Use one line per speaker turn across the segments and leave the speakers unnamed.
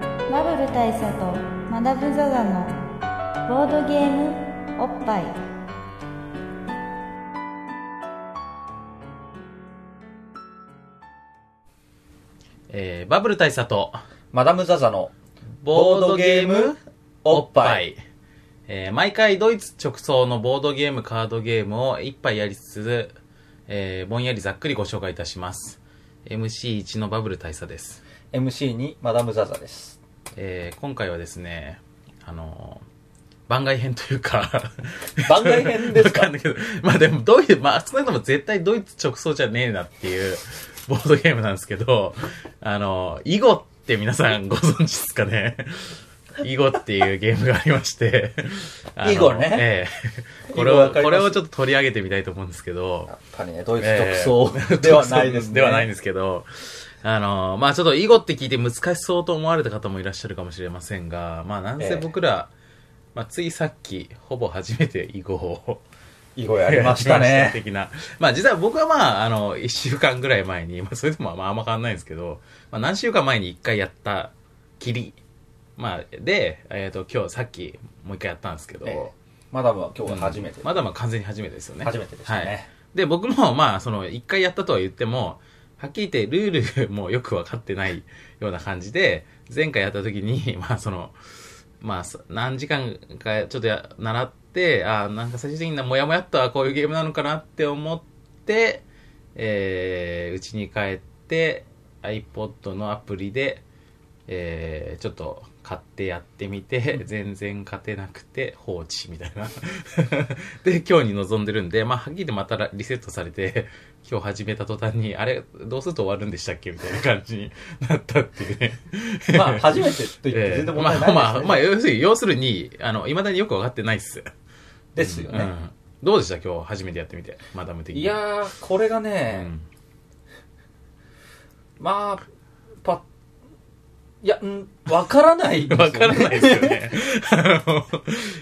部大佐とマダム・ザ・ザのボードゲームおっぱい
えーバブル大佐と
マダム・ザ・ザの
ボードゲームおっぱ
い。
い、えー毎回ドイツ直送のボードゲームカードゲームを一杯やりつつ、えーぼんやりざっくりご紹介いたします MC1 のバブル大佐です
MC にマダム・ザ・ザです。、
えー今回はですね、あのー番外編というか
番外編ですか
わかんないけど、まあでも、どういう、まあ少なくとも絶対ドイツ直送じゃねえなっていうボードゲームなんですけど、あのー、囲碁って皆さんご存知ですかね囲碁っていうゲームがありまして、あの
囲碁ね
ええこれ
囲碁わ
を、
かります
これをちょっと取り上げてみたいと思うんですけど、
やっぱりね、ドイツ
ええ
特捜ではないですね。
ではないんですけど、あの、まあちょっと囲碁って聞いて難しそうと思われた方もいらっしゃるかもしれませんが、まあなん
ええ
せ僕ら、まあついさっき、ほぼ初めて囲碁を。
囲 碁やりました
やりま
ね。
的な。まあ実は僕はまあ、あの、一週間ぐらい前に、まあそれでもまああんま変わんないんですけど、まあ何週間前に一回やったきり。まあで、えっ、と今日さっきもう一回やったんですけど、
ええマダムは今日が初めて。
まだまあ完全に初めてですよね。
初めてでした
はい
ね。
で、僕も、まあ、その、一回やったとは言っても、はっきり言って、ルールもよくわかってないような感じで、前回やった時に、まあ、その、まあ、そ何時間か、ちょっとや、習って、ああ、なんか最終的にな、もやもやっと、あこういうゲームなのかなって思って、えー、うちに帰って、iPod のアプリで、えー、ちょっと買ってやってみて、全然勝てなくて放置みたいな。 で、今日に臨んでるんで、まあ、はっきり言ってまたらリセットされて、今日始めた途端に、あれ、どうすると終わるんでしたっけみたいな感じに なったっていうね。
まあ、初めてと言っ
え
て
ー
全然問
ま
題
あ
ないです、ね。
まあ、まあ、要するに、要するに、あの、未だによくわかってないっす。
ですよ
う
ね。
ん。どうでした今日初めてやってみて、マダム的に。
いやー、これが
う
ね、
ん、
まあ、パいや、うん、わからないですよね、
わからないですよね。あのい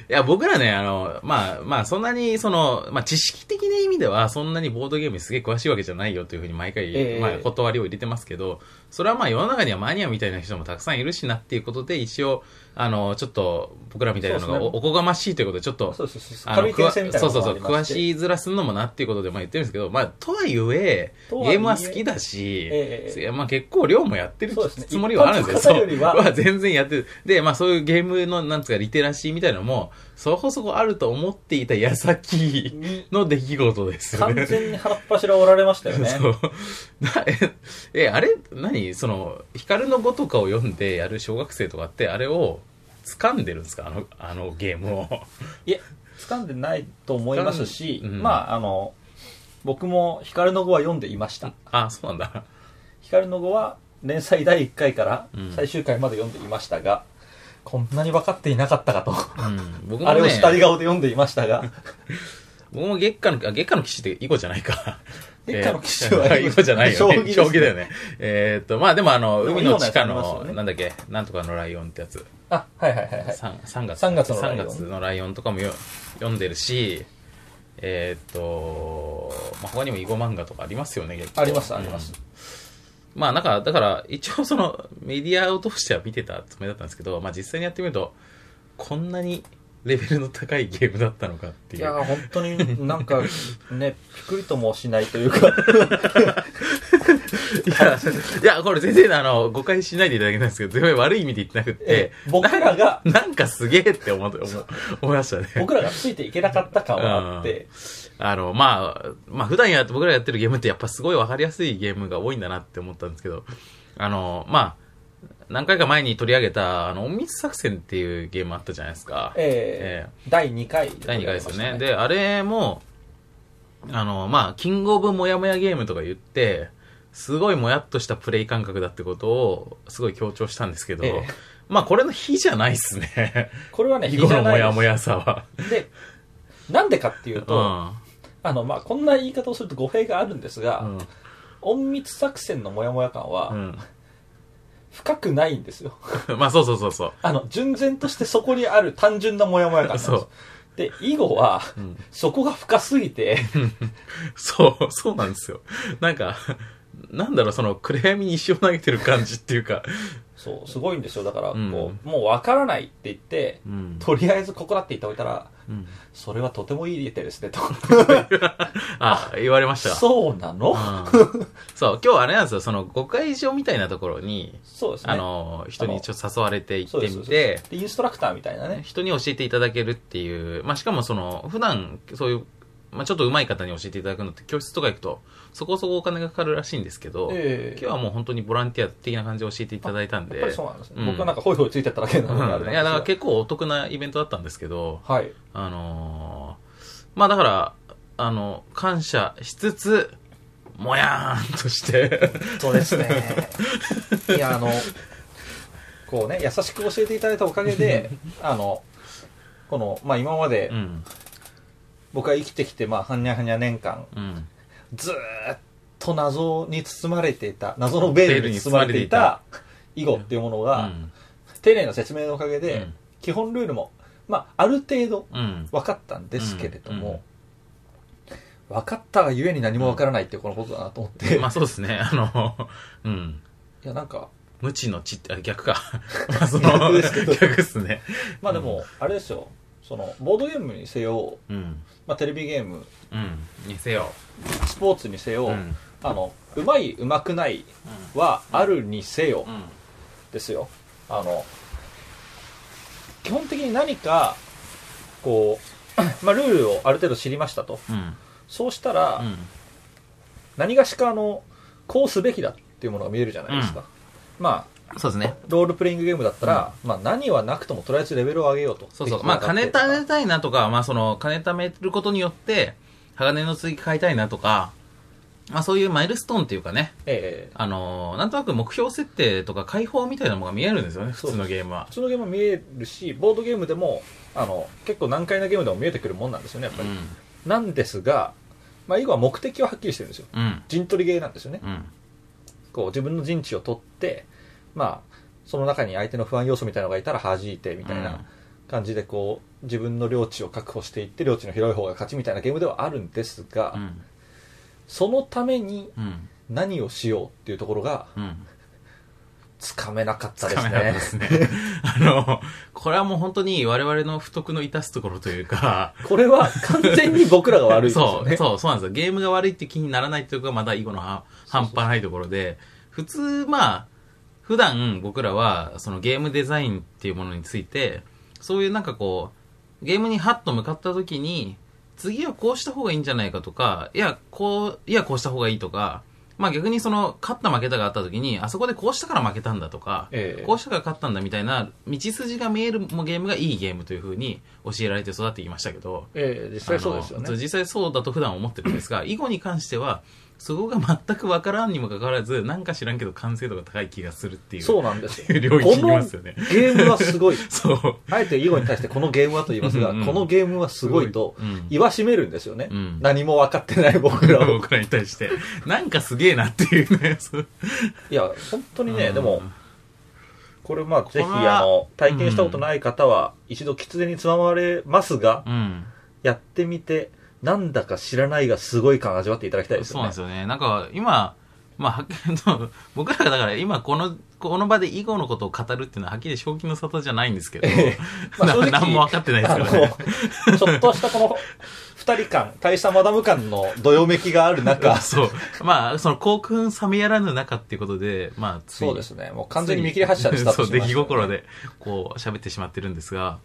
や、僕らね、あの、まあ、まあ、そんなに、その、まあ、知識的な意味では、そんなにボードゲームにすげえ詳しいわけじゃないよというふうに毎回、
ええ
まあ、断りを入れてますけど、それはまあ、世の中にはマニアみたいな人もたくさんいるしなっていうことで、一応、あの、ちょっと、僕らみたいなのが
そう
お,、
ですね
こがましいということで、ちょっと、
そうそうそう。
あの
軽い転生みたいな
そ
の
うそう
も
そ
あ
う、
りま
詳
して
しいずらすんのもなっていうことで、まあ言ってるんですけど、まあ、とはいえ、
とはいえ
ゲームは好きだし、
ええ
いやまあ結構量もやってる
そうですね
つもりはあるんですよ。そ
一般の方
う
よりは
まあ全然やってる。で、まあそういうゲームの、なんつうか、リテラシーみたいなのも、そこそこあると思っていた矢先
に
の出来事ですよね。
完全に腹っ柱折られましたよ ね。
そう。な、え、え、あれ何その、光の語とかを読んでやる小学生とかって、あれを掴んでるんですかあの、あのゲームを。
いや、掴んでないと思いますし、
掴んうん
まあ、あの、僕も光の語は読んでいました。
あ、そうなんだ。
光の語は連載第1回から
うん
最終回まで読んでいましたが、こんなに分かっていなかったかと。
うん。僕もね、
あれを下り顔で読んでいましたが、
僕も月下の、あ月下の騎士って囲碁じゃないか。
月下の騎士 は
えー囲碁じゃない
将
よ
棋で
ね。
すね
将棋だよね。えーっと、まあでもあの、
でも
海の地下
囲碁のやつありますよ
の、
ね
なんだっけ、なんとかのライオンってやつ。
あ、はいはいはいはい。
三三月。
三月のラ
三
イオン
月のライオンとかもよ読んでるし、えーっと、まあ他にも囲碁漫画とかありますよね、結構
ありますあります。。
うんまあなんか、だから、一応その、メディアを通しては見てたつもりだったんですけど、まあ実際にやってみると、こんなにレベルの高いゲームだったのかってい。
いうやー、本当になんかね、ピクリともしないとい うか、
いや、いや、これ全然あの、誤解しないでいただきたいんですけど、全然悪い意味で言ってなくって
え、僕らが、
なんかすげえって思って、思う思いましたね。
僕らがついていけなかった感はあって、
あの、まあ、まあ普段やって、僕らやってるゲームってやっぱすごいわかりやすいゲームが多いんだなって思ったんですけど、あの、まあ、何回か前に取り上げた、あの、隠密作戦っていうゲームあったじゃないですか。
え
え
ー第2回、
第2回ですよね。で、あれも、あの、まあ、キングオブモヤモヤゲームとか言って、すごいもやっとしたプレイ感覚だってことを、すごい強調したんですけど、
ええ
まあ、これの比じゃないっすね。
これはね、
囲碁のモ
も
ヤ
や
モヤさは。
で、なんでかっていう
う
と、
ん。
あの、まあ、こんな言い方をすると語弊があるんです
う
が、
ん。
隠密作戦のモヤモヤ感
う
は、
ん。
深くないんですよ。
まあ、そうそうそうそ
あの、純然としてそこにある単純なモヤモヤ感なん
う。
です
そう。。
で、囲碁は、
うん
そこが深すぎて、
そう、そうなんですよ。なんか、なんだろう、その暗闇に石を投げてる感じっていうか、
そう、すごいんですよ。だから、こう、
うん
もうわからないって言って、
うん。
とりあえずここだって言っておいたら、
うん
それはとてもいい手ですね、と。
あ、言われました。
そうなの、
うんそう、今日あれなんですよ、その誤解場みたいなところに、
そうですね。
あの、人にちょっと誘われて行
そ
っ
うで
て
す
みて、
そうですでインストラクターみたいなね。
人に教えていただけるっていう、まあ、しかもその、普段、そういう、まあ、ちょっと上手い方に教えていただくのって、教室とか行くと、そこそこお金がかかるらしいんですけど、
ええ
今日はもう本当にボランティア的な感じで教えていただいたんで、
やっぱりそうなんですね。
うん
僕はなんかホイホイついてっただけなのであれなん
う
ですが
んいや、だから結構お得なイベントだったんですけど、
はい。
あのーまあだから、あの、感謝しつつ、もやーんとして、
そうですね。いや、あの、こうね、優しく教えていただいたおかげ で、あの、この、まあ今まで
うん、
僕が生きてきて、まあ、はにゃはにゃ年間、
うん、
ずーっと謎に包まれていた、謎のベールに包まれていた、囲碁っていうもの
う
が、
ん、
丁寧な説明のおかげで、
うん
基本ルールも、まあ、ある程度
うん、
分かったんですけれど
うんうん
も、分かったがゆえに何も分からないってこのことだなと思って、
まあそうですね、あの、うん、
いや、なんか、
無知の知って、あ、逆 か。まあその、
逆ですけど
逆っすね。
まあでも、あれですよ、その、ボードゲームにせよ、
うん、
まあ、テレビゲーム、
うん、にせよ。
スポーツにせよ、
うん、
あの、うまい、うまくないはあるにせよ、
うん、
ですよあの基本的に何かこう、 まあ、ルールをある程度知りましたと
うん、
そうしたら、
うん、
何がしかあのこうすべきだっていうものが見えるじゃないですか、まあ
そうですね。
ロールプレイングゲームだったら、まあ、何はなくともとりあえずレベルを上げようと
そうそう。まあ、金貯めたいなとか、まあ、その、金貯めることによって、鋼の次買いたいなとか、まあ、そういうマイルストーンっていうかね、
ええ
あのーなんとなく目標設定とか解放みたいなものが見えるんですよね、
そう
普通のゲームは
普。通のゲームも見えるしボードゲームでもあの結構難解なゲームでも見えてくるもんなんですよねやっぱ
う
り、
ん、
なんですが、まあ、囲碁は目的ははっきりしてるんですよ
うん、
陣取りゲーなんですよね
うん、
こう自分の陣地を取って、まあ、その中に相手の不安要素みたいなのがいたら弾いてみたいな感じでこう自分の領地を確保していって領地の広い方が勝ちみたいなゲームではあるんですが、
うん、
そのために
うん、
何をしようっていうところが
うん。
つかめなかったで
つか
す
めなかった
ね
で。すね。 あの、これはもう本当に我々の不徳の致すところというか、
これは完全に僕らが悪いです
そ
よ
う、
ね。
そう、そうなんですよ。ゲームが悪いって気にならないっていうのがまだ囲碁のは半端ないところで、普通、まあ、普段僕らは、そのゲームデザインっていうものについて、そういうなんかこう、ゲームにハッと向かった時に、次はこうした方がいいんじゃないかとか、いや、こう、いや、こうした方がいいとか、まあ逆にその、勝った負けたがあった時に、あそこでこうしたから負けたんだとか、
ええ
こうしたから勝ったんだみたいな、道筋が見えるもゲームがいいゲームというふうに教えられて育ってきましたけど、
ええ実際そうですよ
あの
ね。
実際そうだと普段思ってるんですが、囲碁に関しては、そこが全くわからんにもかかわらず、なんか知らんけど完成度が高い気がするっていう。
そうなんですよ。
いう領域にいますよね
このゲームはすごい。
そう。
あえて囲碁に対してこのゲームはと言いますが、
うんうん
このゲームはすごいと
うん
言わしめるんですよね。
うん
何も分かってない僕らを。
僕らに対して、なんかすげえなっていう ね。そう
いや、本当にね、でも、これまあ、ぜひ、
これは
あの、体験したことない方は、一度喫煙につままれますが、
うん。
やってみて、なんだか知らないがすごい感味わっていただきたいです
そう
よ
なん
ね。
ですよね。なんか、今、まあ、はっきり と、僕らがだから今この、この場で囲碁のことを語るっていうのははっきり正気の沙汰じゃないんですけど、
まあ正 直
な何も分かってないですからね。、
あのちょっとしたこの、二人感、大したマダム感のどよめきがある中
そう。まあ、その興奮冷めやらぬ中っていうことで、まあ、つい
そうですね、もう完全に見切り発車でスタートしました、
そう、出来心。で、こう、喋ってしまってるんですが、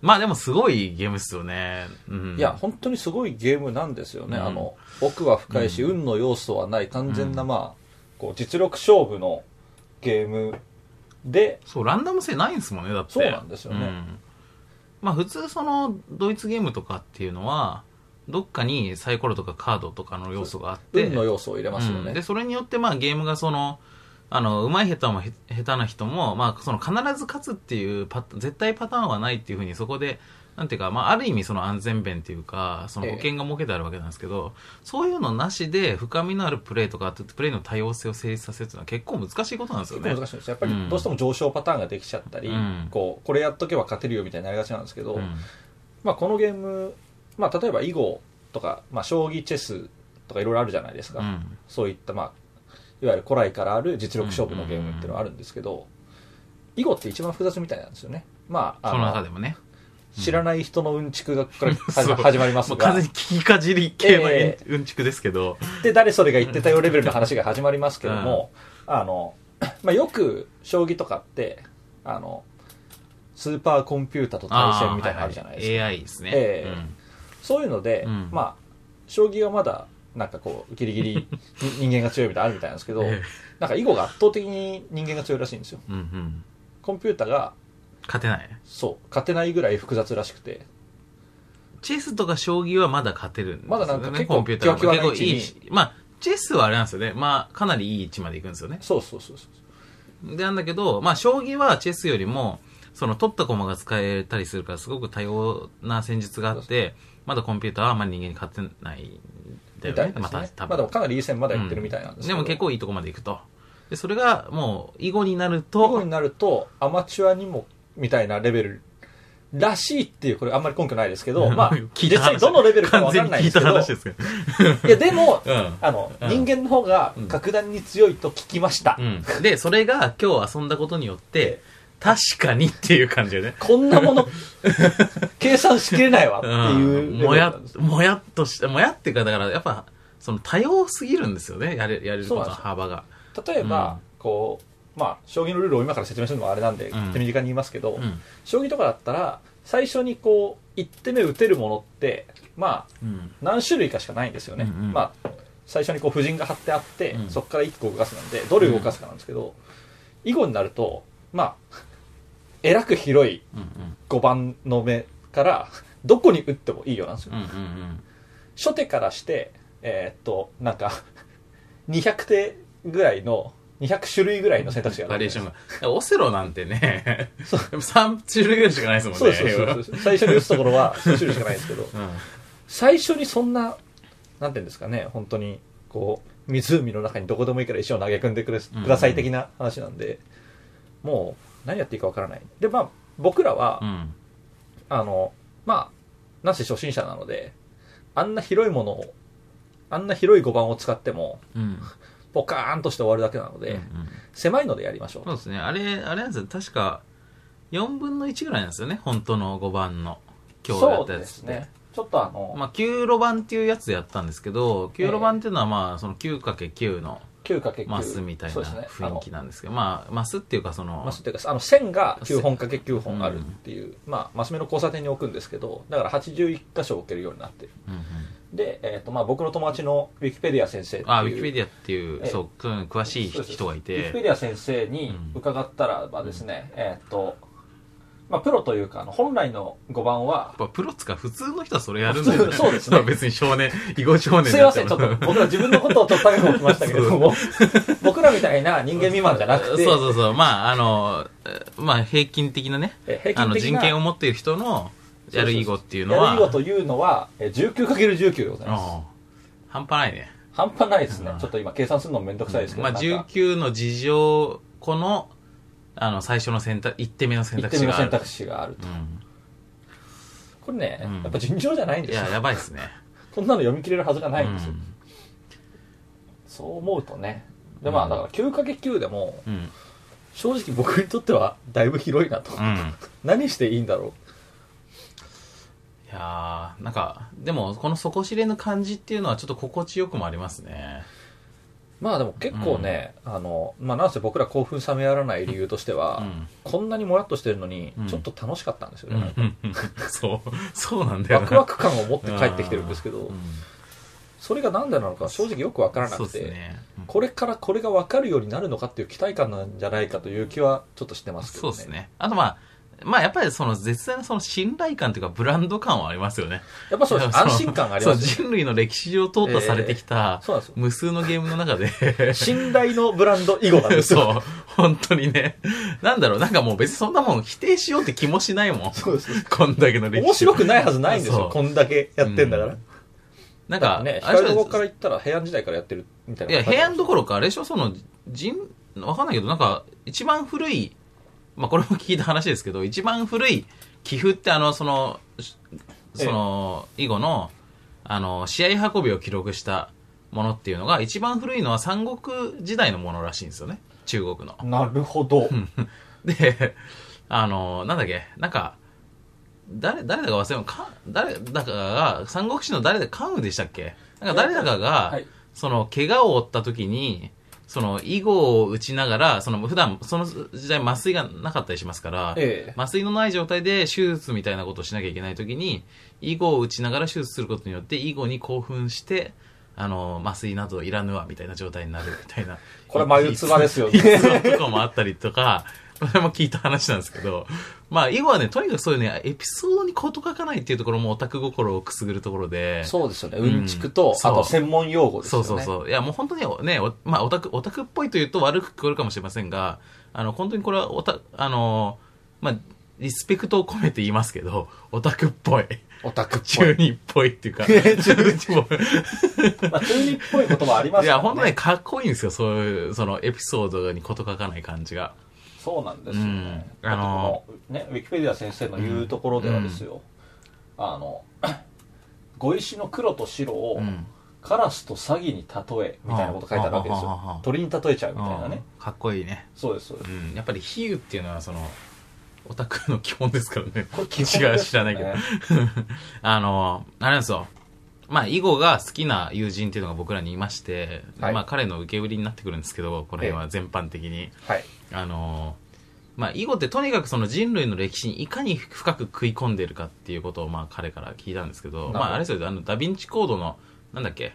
まあでもすごいゲームっすよね。うん。
いや、本当にすごいゲームなんですよね。
うん
あの、奥は深いし、運の要素はない、完全な、まあ、こう、実力勝負のゲームで、
そう、ランダム性ないんですもんね、だって。
そうなんですよね
んまあ普通、その、ドイツゲームとかっていうのは、どっかにサイコロとかカードとかの要素があって、
運の要素を入れますよ
うん
ね
で、。それによって、まあ、ゲームがその、あの、上手い下手もへ、下手な人も、まあ、その、必ず勝つっていうパタ、絶対パターンはないっていうふうに、そこで、なんていうか、まあ、ある意味その安全弁っていうか、その
ええ
保険が設けてあるわけなんですけど、そういうのなしで、深みのあるプレイとか、あとプレイの多様性を成立させるっていうのは結構難しいことなんですよ
結
ね。
構難しいです。やっぱ
うん
りどうしても上昇パターンができちゃったり、
うん
こう、これやっとけば勝てるよみたいになりがちなんですけど、
うん
まあこのゲーム、まあ例えば囲碁とか、まあ将棋、チェスとかいろいろあるじゃないですか。
うん。
そういった、まあ、いわゆる古来からある実力勝負のゲームっていうのはあるんですけど、囲碁って一番複雑みたいなんですよね。まあ、あ
その中でもね。
知らない人のうんちくがこ れ
そう
始まります
もう
が
完全に聞きかじり系の
え
うんちくですけど。
で誰それが言ってたよレベルの話が始まりますけども、あのまあ、よく将棋とかってあのスーパーコンピューターと対戦みたいなのあるじゃないですか、
あーはいはい AI ですね。
ええそういうので、
うん
まあ、将棋はまだなんかこうギリ ギリ人間が強いみたいなのあるみたいなんですけ
う
ど、
んええ
なんか囲碁が圧倒的に人間が強いらしいんですよ
うんうん。
コンピューターが
勝てない。
そう勝てないぐらい複雑らしくて
チェスとか将棋はまだ勝てるんですよね。
まだなんか結構
コンピューターの
キワキワな
結構いい
位
し。まあ、チェスはあれなんですよね。まあ、かなりいい位置まで行くんですよね。
そうそうそうそう
で、なんだけど、まあ、将棋はチェスよりも、その取った駒が使えたりするから、すごく多様な戦術があって、まだコンピューターはあんまり人間に勝てないんだ
みた
よ
い
ね。
なんですね
た多分
まあでもかなりいい線まだやってるみたいなんですけ
で
ど、
も結構いいとこまで行くと。で、それがもう、囲碁になる
囲碁
と
に、なるとアマチュアにもみたいなレベルらしいっていうこれあんまり根拠ないですけど、まあ、
聞い
実
た話
際どのレベルか
完
わか
全
ん
に
ない
聞
で
い
す
た
けど
話ですけど。
いやでも、
うん
あの
うん
人間の方が格段に強いと聞きました、
うん。で、それが今日遊んだことによって、確かにっていう感じよね。
こんなもの 計算しきれないわっていうレベル
も
な
や
んです、
もやっとして、もやっていうか、だからやっぱ、その多様すぎるんですよね、やれ、やれることの幅が。
例えば、
うん
こうまあ将棋のルールを今から説明するのもあれなんで、
うん
手短に言いますけど、
うん。
将棋とかだったら最初にこう1手目打てるものってまあ
うん。
何種類かしかないんですよね、
うんうん
まあ、最初にこう布陣が張ってあって、
うん
そこから1個動かすなんでどれを動かすかなんですけど、囲碁になるとまあえらく広い
うんうん。
5番の目からどこに打ってもいいようなんですよ、
うんうんうん。
初手からしてえーっとなんか200手ぐらいの200種類ぐらいの選択肢があ
バリエー
るじ
ショ
ゃ
ン
ない
が。オセロなんてね、3種類ぐらいしかないですもんね。
そうですそうですそうです最初に打つところは数種類しかないんですけど
うん
最初にそんな、なんていうんですかね、本当に、こう、湖の中にどこでもいいから石を投げ込んでくれ
うん
ください的な話なんで、もう、何やっていいかわからない。で、まあ、僕らは、
うん。
あの、まあ、なぜ初心者なので、あんな広いものを、あんな広い碁盤を使っても、
うん。
ポカーンとして終わるだけなの
う
で、
んうん
狭いのでやりましょう。
そうですね。あれ、あれなんですよ。確か、4分の1ぐらいなんですよね。本当の5番の。今日や
そ
っ
う
たや
で
つ
す
って。
ね。ちょっとあの、
まあ、9路盤っていうやつやったんですけど、9路盤っていうのは、まあ、その 9×9 の
9×9。
マスみたい
そ
な
うですね
雰囲気なんですけど、まあ、マスっていうか、その、
マスというかあの線が9本かけ9本あるっていう、まあ、マス目の交差点に置くんですけどだから81箇所置けるようになってる
うんうん
で、えーとまあ、僕の友達のウィキペディア先生っていう
あ、ウィキペディ
ィ
アっていう、
ええ
そう、そういうの詳しい人がい
ウィキペ
て、
ディア先生に伺ったらばですね、えっ、とまあ、プロというかあの本来の5番は
やっぱプロっつうか普通の人はそれやるんだよ
普通そうですね
別に少年、囲碁少年
すい
だ
ま
て
せん、
も
ちょっと僕ら自分のことをとっためもきましたけれども、僕らみたいな人間未満じゃなくて、
そうそうそう。まあ、あの、えまあ、平均的なね、
え平均的な
あの、人権を持っている人のやる囲碁っていうのは、
やる囲碁というのは、えー 19×19 でございます。
うん半端ないね。
半端ないですね、
うん
ちょっと今計算するのもめんどくさいですけど、
まあ、
なんか
19の事情、この、あの、最初の選択、一手目の選
一
択
手目
肢
の
があ
選
る。
択肢があると。これね、
うん
やっぱ尋常じゃない
うん。
ん
い
ですよ
や、。やばいですね。
こんなの読み切れるはずがないんですよ。
うん
そう思うとね。で、まあ、だから 9×9 でも、
うん。
正直僕にとってはだいぶ広いなと。
うん。
何していいんだろ
いやーなんか、でも、この底知れぬ感じっていうのはちょっと心地よくもありますね。
う。まあでも結構ね、あの、まあなんせ僕ら興奮冷めやらない理由としては、
うん
こんなにもやっとしてるのに
うん、
ちょっと楽しかったんですよ
う
ね。なんか
ん。 そう。そうなんだよ
ワ
な。
クワク感を持って帰ってきてるんですけど
う、ん
それが何でなのか正直よくわからな
そう
く
です
て、
ね。うん
これからこれが分かるようになるのかっていう期待感なんじゃないかという気はちょっとしてますけど
そう
ね。
ですね。あとまあ、まあやっぱりその絶大なその信頼感というかブランド感はありますよね。
やっぱそうです。
いや
安心感があります
そう、
よね。
人類の歴史上淘汰されてきた
そうなんですよ。
無数のゲームの中で、
信頼のブランド以後なんですよ。
そう、本当にね。なんだろう、なんかもう別にそんなもん否定しようって気もしないもん。
そうです。
こんだけの歴史。
面白くないはずないんです
そ
よ。
う
こんだけやってんだか
う
ら。
なん
だっ
か、
てね、
あれで
光
し
の
ょ
方から言ったら平安時代からやってるみたい
い
な。
や、平安どころか、あれでしょ、その、人、わかんないけど、なんか、一番古い、まあ、これも聞いた話ですけど、一番古い寄付って、あの、その、しその、囲碁の、あの、試合運びを記録したものっていうのが、一番古いのは三国時代のものらしいんですよね。中国の。
なるほど。
で、あの、なんだっけ、なんか、誰、誰だか忘れも、か、誰だかが、三国志の誰で、関羽でしたっけなんか誰だかが、
はい
その、怪我を負った時に、その、囲碁を打ちながら、その、普段、その時代麻酔がなかったりしますから、
ええ
麻酔のない状態で手術みたいなことをしなきゃいけない時に、囲碁を打ちながら手術することによって、囲碁に興奮して、あの、麻酔などいらぬわ、みたいな状態になる、みたいな。
これ眉唾ですよね
逸話とかもあったりとか、これも聞いた話なんですけど、まあ、囲碁はね、とにかくそういうね、エピソードに事書かないっていうところもオタク心をくすぐるところで、
そうですよね。
う
うんんちくと、
そ
あ
う
と、
専門用語です
そ
よ
う
ね。
そうそう。いや、もう本当にね、おまあ、オタク、オタクっぽいというと悪く聞こえるかもしれませんが、あの、本当にこれはオタ、あの、まあ、リスペクトを込めて言いますけど、オタクっぽい。
オタクっぽ
中
い。
二っぽいって いうか。
まあ、中二っぽいこともあります
い
から
や、
ね。
本当ね、かっこいいんですよ、そういう、その、エピソードに事書かない感じが。
そうなんですよね。
うん
あのね、ウィキペディア先生の言うところではですよ、あの、 碁石の黒と白を
うん。
カラスとサギに例え、みたいなこと書いてあるわけです
はあはあはあは
よ
あ。
鳥に例えちゃうみたいなね。
うんかっこいいね。
そうです、そうです。
うん。やっぱり比喩っていうのは、その、オタクの基本ですからね。
これ基本です
違
よ
う、
ね
知らないけど。 あの、あれなんですよ。まあ、囲碁が好きな友人っていうのが僕らにいまして、
はい
まあ、彼の受け売りになってくるんですけど、この辺は全般的に。
はい。
あの、まあ、囲碁ってとにかくその人類の歴史にいかに深く食い込んでるかっていうことを、まあ、彼から聞いたんですけど、
ほど
まあ、あれですよ、あの、ダヴィンチコードの、なんだっけ、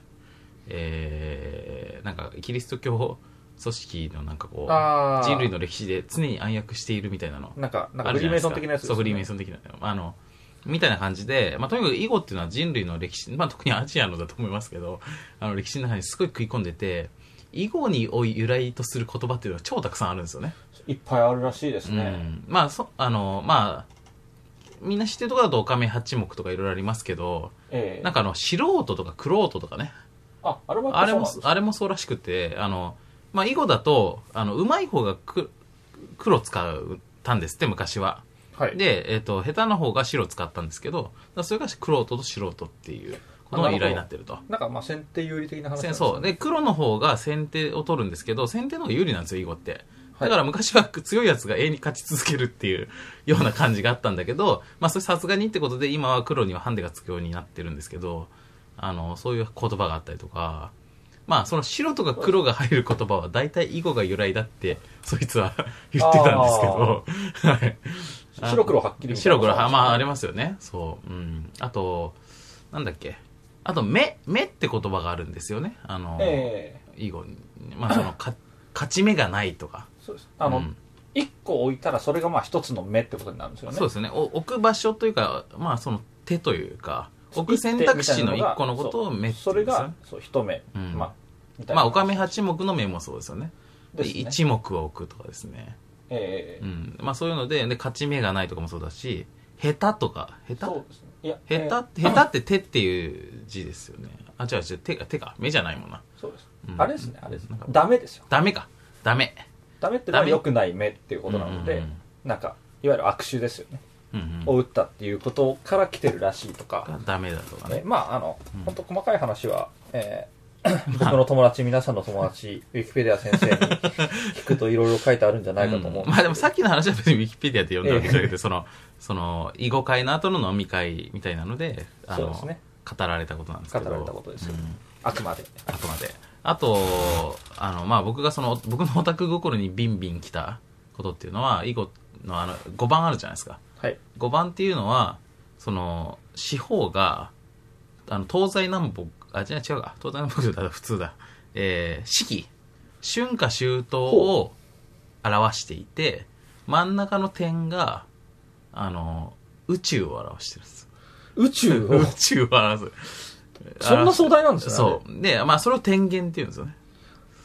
えー、なんか、キリスト教組織のなんかこ
あ
う、
ー
人類の歴史で常に暗躍しているみたいなの。
なんか、なん
あ
か
る
フ
じ
リ
ゃない
ーメイソン的なやつです
そう、
ね
フリーメイソン的な。あの、みたいな感じで、まあ、とにかく囲碁っていうのは人類の歴史、まあ、特にアジアのだと思いますけど、あの、歴史の中にすごい食い込んでて、囲碁にを由来とする言葉っていうのは超たくさんあるんですよね。
いっぱいあるらしいです
う
ね。
ん。まあ、そ、あの、まあ、みんな知ってるところだと、オカメ八目とかいろいろありますけど、
ええ
なんかあの、素人とかクロートとかね、
あ、あれも
あれも
そう、なん
あれもそうらしくて、あの、まあ、囲碁だと、あの、上手い方がく黒使うたんですって、昔は。
ですはい。
で、えっ、と、下手な方が白使ったんですけど、だからそれが黒と素人っていう、この依頼になってると。
なんか、まあ、先手有利的な話なん
せ
で
ん
すよ
そう。
ね。
で、黒の方が先手を取るんですけど、先手の方が有利なんですよ、囲碁って。
は
だ
い
から昔は強いやつが永遠に勝ち続けるっていうような感じがあったんだけど、まあそれさすがにってことで今は黒にはハンデがつくようになってるんですけど、あの、そういう言葉があったりとか、まあその白とか黒が入る言葉は大体囲碁が由来だって、そいつは 言ってたんですけど、はい。あ
白黒はっきりみたいな
白
こと
黒
なんですね
は、まあありますよね。そう。うん。あと、なんだっけ。あと、目、目って言葉があるんですよね。あの、
ええ
囲碁に。まあその、か 勝ち目がないとか。
そうです。あ
う
の
ん、
一、個置いたらそれがまあ一つの目ってことになるんですよね。
そうですね。お置く場所というか、まあその手というか、置く選択肢の一個のことを目って
そ
言うん
れ
ですよ
が
ね。
そう一目、
うん
まあみたいな
まあ、おかめ八目の目もそうですよね。で
ですね
一目を置くとかですね。
ええ
うん。まあそういうので、で、勝ち目がないとかもそうだし、下手とか、下
そう
手
ですねいや
下手、下手って手っていう字ですよね。あ、違う違う、手が、手か。目じゃないもんな。
手そうです、
うん
あれですねあれです
なんか
ダメですよ
ダメか。ダメ。
ダメってのは
ダメ
良くない目っていうことなので、
うんうんうん
なんかいわゆる悪手ですよね、
うんう
を
ん。
打ったっていうことから来てるらしいとか、
がダメだとか
ね
ね。
まああの、
うん
本当細かい話は、え ー僕の友達、皆さんの友達、ウィキペディア先生に聞くといろいろ書いてあるんじゃないかと思うん
まあでもさっきの話は別にウィキペディアで読んだわけじゃなく
え
て、その、その、囲碁会の後の飲み会みたいなので、あ
そう
の、
ですね
語られたことなんですけど。
語られたことですよ
うん
あくまで。
あくまで。あと、あの、まあ僕がその、僕のオタク心にビンビン来たことっていうのは、囲碁のあの、5番あるじゃないですか。
はい。
5番っていうのは、その、四方が、あの、東西南北、あ、違う違うか、東西南北だ、普通だ。えー、四季、春夏秋冬を表していて、真ん中の点が、あの、宇宙を表してるんです。
宇宙を
宇、宙を表す。
そんな壮大なんですね。
そう。で、まあ、それを天元っていうんですよね。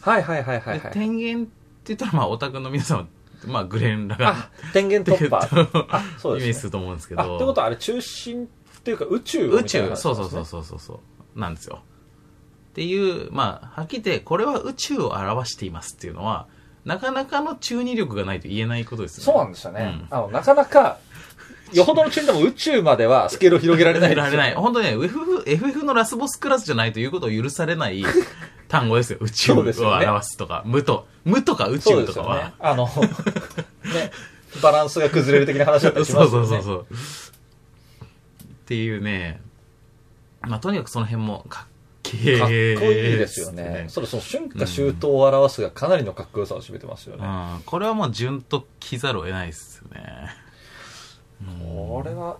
あれ。はいはいはいはい、
で
はい。
天元って言ったら、まあ、オタクの皆さんは、まあ、グレン・ラガン
あ、電源
ってい
突
うと、
破。あ、そう
イメー
で
ジ
す
す
ね。
ると思うんですけ
あ、
ど。
ってことはあれ中心っていうか宇
宇
宙みたいな
宙
話
そうそう
な
そう
んです
そ
ね
うそうそうなんですよっていうまあはっきり言ってこれは宇宙を表していますっていうのはなかなかの中二力がないと言えないことですよね
そうなんですよね。あの、なかなか、よほどの中でも宇宙ま ではスケールを広げられないですよ
られない。本当にね、FF、FF のラスボスクラスじゃないということを許されない単語ですよ。宇宙を
そうですよね
表すとか、無と、無とか宇
そう
宙
で
と
す
か
よ
は。
ね。あの、ね、バランスが崩れる的な話だったりし
そう
ます
そ
よね。
うそうそう。っていうね、まあ、とにかくその辺もかっけえ
かっこいいですよね。それその春夏秋冬を表すがかなりのかっこよさを占めてますよ
う
ね。
ん、これはもう順と来ざるを得ないです ね。
これは、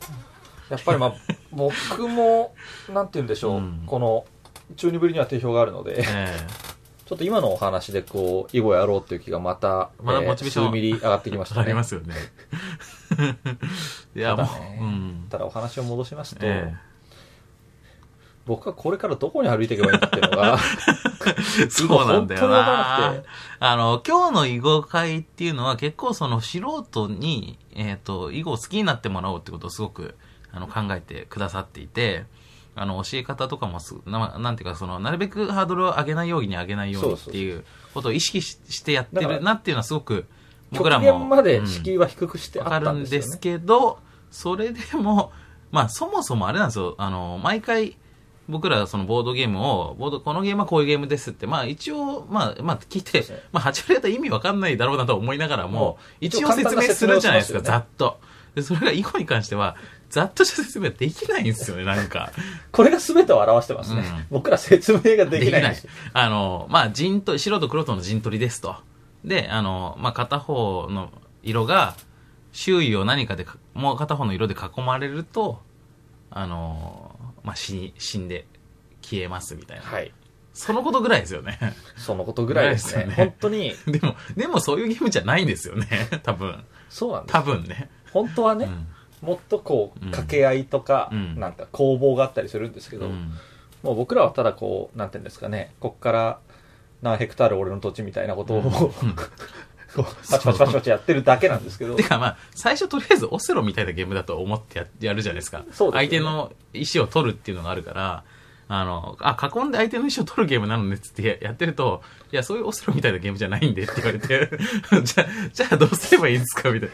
やっぱりまあ、僕も、なんて言うんでしょう、
うん
この、中二ぶりには定評があるので、
え
ちょっと今のお話でこう、囲碁やろうっていう気がまた、
まだモチベーション
数ミリ上がってきま
え
し
上
た
がり
ね。
ますよ ね。いや、
た
も
だね
う、うん。
ただお話を戻しますと、
え
僕はこれからどこに歩いていけばいいんだっていうのが、
え、そうなんだよ
今本当にわからな
な
くて。
あの、今日の囲碁会っていうのは結構その素人に、えっ、と、囲碁を好きになってもらおうってことをすごくあの考えてくださっていて、あの、教え方とかもす、ななんていうか、その、なるべくハードルを上げないように上げないようにっていうことを意識ししてやって
だか
る
ら
なっていうのはすごく、 僕
極
らも。
限まで
うん
敷居は低くしてあ
わか
った
る
ん
ん
で
です
よ
す
ね。
けど、それでも、 まあそもそもあれなんですよ、あの、毎回、僕らそのボードゲームを、ボード、このゲームはこういうゲームですって、まあ一応、まあ、まあ聞いて
そうですね、
まあ8割方意味わかんないだろうなとは思いながらも
も、う
一応説明するじゃないですか、
一応
ざ
簡
っと。で、それが囲碁に関しては、ざっとした説明はできないんですよね、なんか。
これが全てを表してますね。
うん
僕ら説明ができないんですよ。
あの、まあ、陣取り、白と黒との陣取りですと。で、あの、まあ、片方の色が、周囲を何かでか、もう片方の色で囲まれると、あの、まあ、死に、死んで消えますみたいな。
はい。
そのことぐらいですよね。
そのことぐらいですね。
ぐらいですよね
本当に、
でも、でもそういうゲームじゃないんですよね。多分。
そうなんです
多。分ね。
本当は
う
ね、
ん。
もっとこう、
うん
掛け合いとか、
うん
なんか攻防があったりするんですけど、
うん
もう僕らはただこう、なんていうんですかね、こっから何ヘクタール俺の土地みたいなことを、
うん
こう パチパチパチパチやってるだけなんですけ ど
て、かまあ、最初とりあえずオセロみたいなゲームだと思ってややるじゃないですか。
そうですね
相手の石を取るっていうのがあるから、あの、あ、囲んで相手の石を取るゲームなのねっつってややってると、いや、そういうオセロみたいなゲームじゃないんでって言われて、 じゃあ、じゃあどうすればいいんですかみたい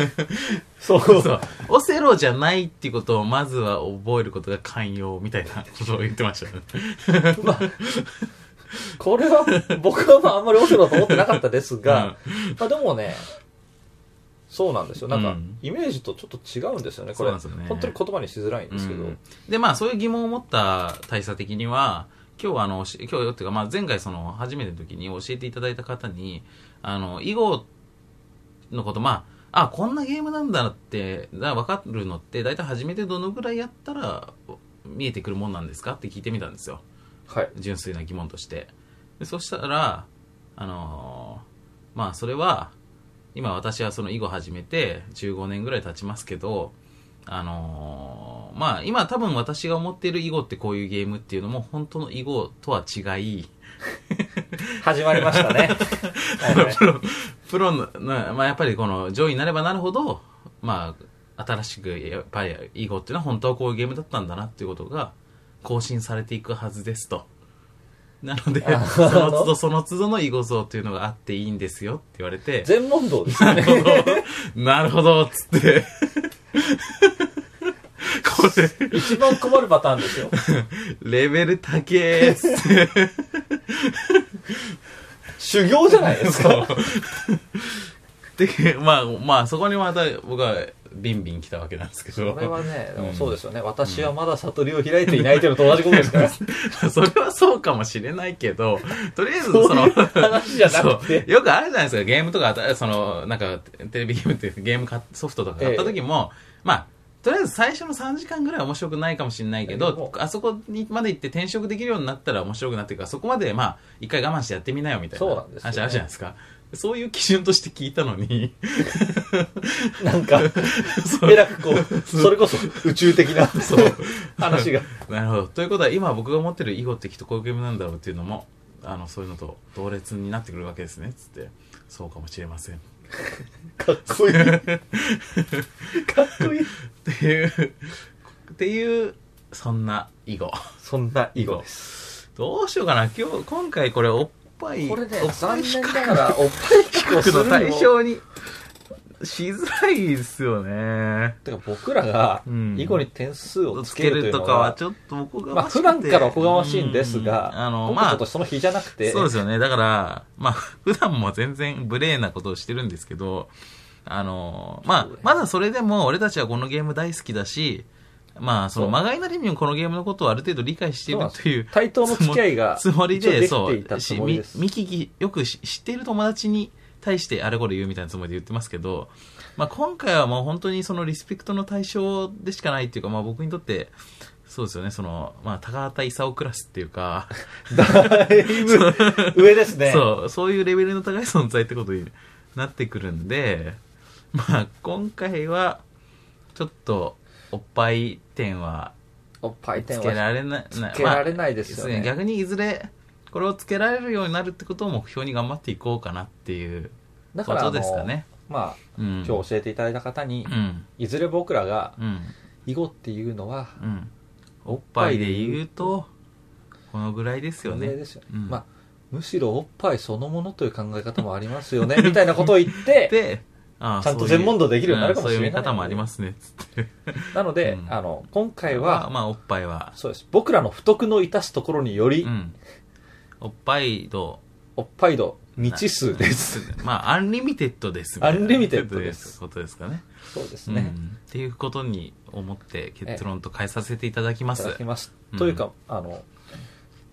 そう
な。そう。オセロじゃないっていうことをまずは覚えることが寛容みたいなことを言ってましたね。
まあ、これは僕はまああんまりオセロだと思ってなかったですが、まあでもね、そうなんですよ。なんか、
うん
イメージとちょっと違うんですよね、こ
そう
れ。
なんですよね
本当に言葉にしづらいんですけど、
うんでまあそういう疑問を持った大佐的には今日はあのし今日よっていうか、まあ、前回その初めての時に教えていただいた方にあの囲碁のことまああこんなゲームなんだってだ分かるのって大体初めてどのぐらいやったら見えてくるもんなんですかって聞いてみたんですよ
はい。
純粋な疑問としてでそしたらあのーまあそれは今私はその囲碁始めて15年ぐらい経ちますけどあのーまあ今多分私が思っている囲碁ってこういうゲームっていうのも本当の囲碁とは違い
始まりましたね。はいはい
プロ、プロの、なまあ、やっぱりこの上位になればなるほど、まあ、新しく、やっぱり、囲碁っていうのは本当はこういうゲームだったんだなっていうことが、更新されていくはずですと。なので、
あ
その都度その都度の囲碁像っていうのがあっていいんですよって言われて、
全問答ですよね。
なるほど、つって。 これ、
一番困るパターンですよ。
レベル高えっつって。
修行じゃないですか。
で、まあ、まあ、そこにまた僕はビンビン来たわけなんですけど。
これはね、で
う
も
ん
そうですよね。私はまだ悟りを開いていないというのと同じことですから。
それはそうかもしれないけど、とりあえず
そういう
その、
話じゃなくて
そうよくあるじゃないですか、ゲームとか、あその、なんか、テレビゲームっていうかゲームかソフトとか買った時も、まあ、とりあえず最初の3時間ぐらいは面白くないかもしれないけ
でも
ど、あそこにまで行って転職できるようになったら面白くなっていくから、そこまでまあ、一回我慢してやってみなよみたいな
そ
話
うな
あ
ん
る
です
じ
よね
ゃないですか。そういう基準として聞いたの に、
なんか、
そう
えらくこう、それこそ宇宙的な
そう
話が。
なるほど。ということは、今僕が持ってる囲碁ってきっとこういうゲームなんだろうっていうのも、あの、そういうのと同列になってくるわけですね。つって、そうかもしれません。っ
かっこいい。かっこいい。
ていう、っていう、そんな囲碁。
そんな囲碁です。
どうしようかな。今日、今回これ、おっぱい、
これね
おっ、ぱ
残
い比
念
較
ながら、おっぱい比較をす
の
る
対
のも。
象にしづらいですよね。
てか僕らが
うん
囲碁に点数を
つ
つ
け
けると
る
いう
と
の
かは
は、
ちょっとおこが
まあ
ましく
普
て
段からおこがましいんです
う
が
ん、あの、
僕
ま
ちょ
あ
っと、その日じゃなく て、
そうですよね。だから、まあ、普段も全然無礼なことをしてるんですけど、あのーま
そ
あ
うだね、
まだそれでも俺たちはこのゲーム大好きだし、まあ、その、
そう
まがいなりにもこのゲームのことをある程度理解しているという
対等の付き合いが
つもりで、
一応
そ
できていた
う、
つ
し
もりで
み
す
見聞き、よくし知っている友達に対してあれこれ言うみたいなつもりで言ってますけど、まあ今回はもう本当にそのリスペクトの対象でしかないっていうか、まあ僕にとって、そうですよね、その、まあ高畑勲クラスっていうか、
だいぶ上ですね
そう、そういうレベルの高い存在ってことになってくるんで、まあ今回は、ちょっと、おっぱい点は
おっぱい
つ
点
け
は
られない、
つけられないですよね
まあ逆にいずれ、これをつけられるようになるってことを目標に頑張っていこうかなっていう
だ
こ
から
と
あの
ですかね。
まあ
うん。
今日教えていただいた方に、
うん。
いずれ僕らが
うん。
囲碁っていうのは
うん。おっぱいで言うと、このぐらいですよ
有名
ね。
ですよね
うん
まあ、むしろおっぱいそのものという考え方もありますよね みたいなことを言って
で、ああ
ちゃん
そ
と
ういう
全問答できるようになるかもしれない
うんそういう見方もありますね、つって。
なので、
うん
あの今回
まあ、
は
まあ、おっぱいは、
そうです僕らの不徳の致すところにより、
うん。おっぱいと、
おっぱい度未知数です、
まあ、アンリミテッドですみたいな
アンリミテッドです
ことですかね。
そうですね、
うんっていうことに思って結論と変えさせていただきま
いただ
す
き。ます、
うん
というかあの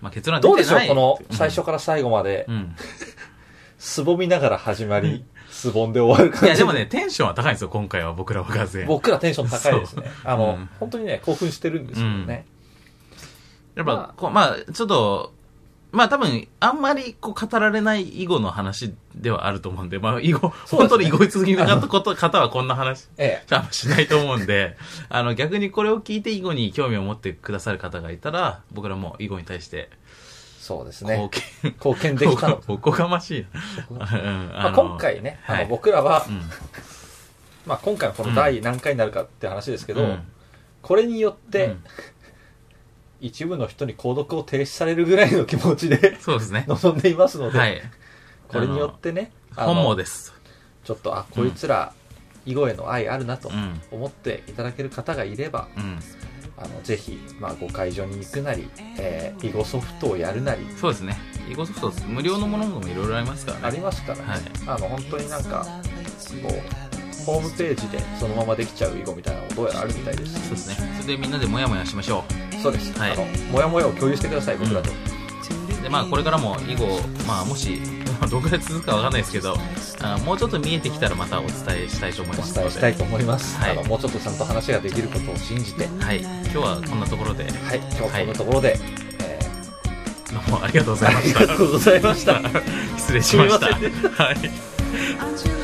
まあ、結論は出
ど
て
う
な
で
い
しょうこの最初から最後まで、
うんうん
すぼみながら始まりすぼんで終わ
い
る感じ
やでもねテンションは高いんですよ今回は僕らはがぜ
僕らテンション高いですねあの、
うん
本当にね興奮してるんですけどね、
やっ
まあ
ぱこうまあちょっとまあ多分あんまりこう語られない囲碁の話ではあると思うんでまあ囲碁、
そう
本
で
当に囲
すね
碁に続きなかったこと方はこんな話
え
あんましないと思うんで、あの、逆にこれを聞いて囲碁に興味を持ってくださる方がいたら、僕らも囲碁に対して
えそうですね
貢献、
貢献できたの、
おこがましいな。うん
まあ、今、回ね、
はい
あの僕らは、
あのうん
まあ、今回はこの第何回になるかって話ですけど、
うん
これによって、
うん
一部の人に購読を停止されるぐらいの気持ちで
そうですね。
臨んでいますので、
はい。
これによってね
あの、本
あ
望
の
です。
ちょっとあこいつら囲碁への愛あるなと
うん
思っていただける方がいれば、
うん。
あのぜひ、まあ、ご会場に行くなり、えー囲碁ソフトをやるなり
そうですね。囲碁ソフト、無料のものもいろいろありますからね。
ありますからね、
はい
あの本当になんかこうホームページでそのままできちゃう囲碁みたいなのどうやらあるみたいです
そうですね。それでみんなでモヤモヤしましょ
そうです、
はい
あのモヤモヤを共有してください僕らと、
う。で、まあ、これからも囲碁、まあ、もし、 まあどこで続くかわかんないですけど、あのもうちょっと見えてきたらまたお伝えしたいと思い
お
ますの
伝
で。
えしたいと思います、
はい
あのもうちょっとちゃんと話ができることを信じては
はい。今日はこんなところで、
い今日はこんなところで、え
どうもありがとうございまし
ーありがとうございました
た。失礼しました。
すみま
はい。
Aren't you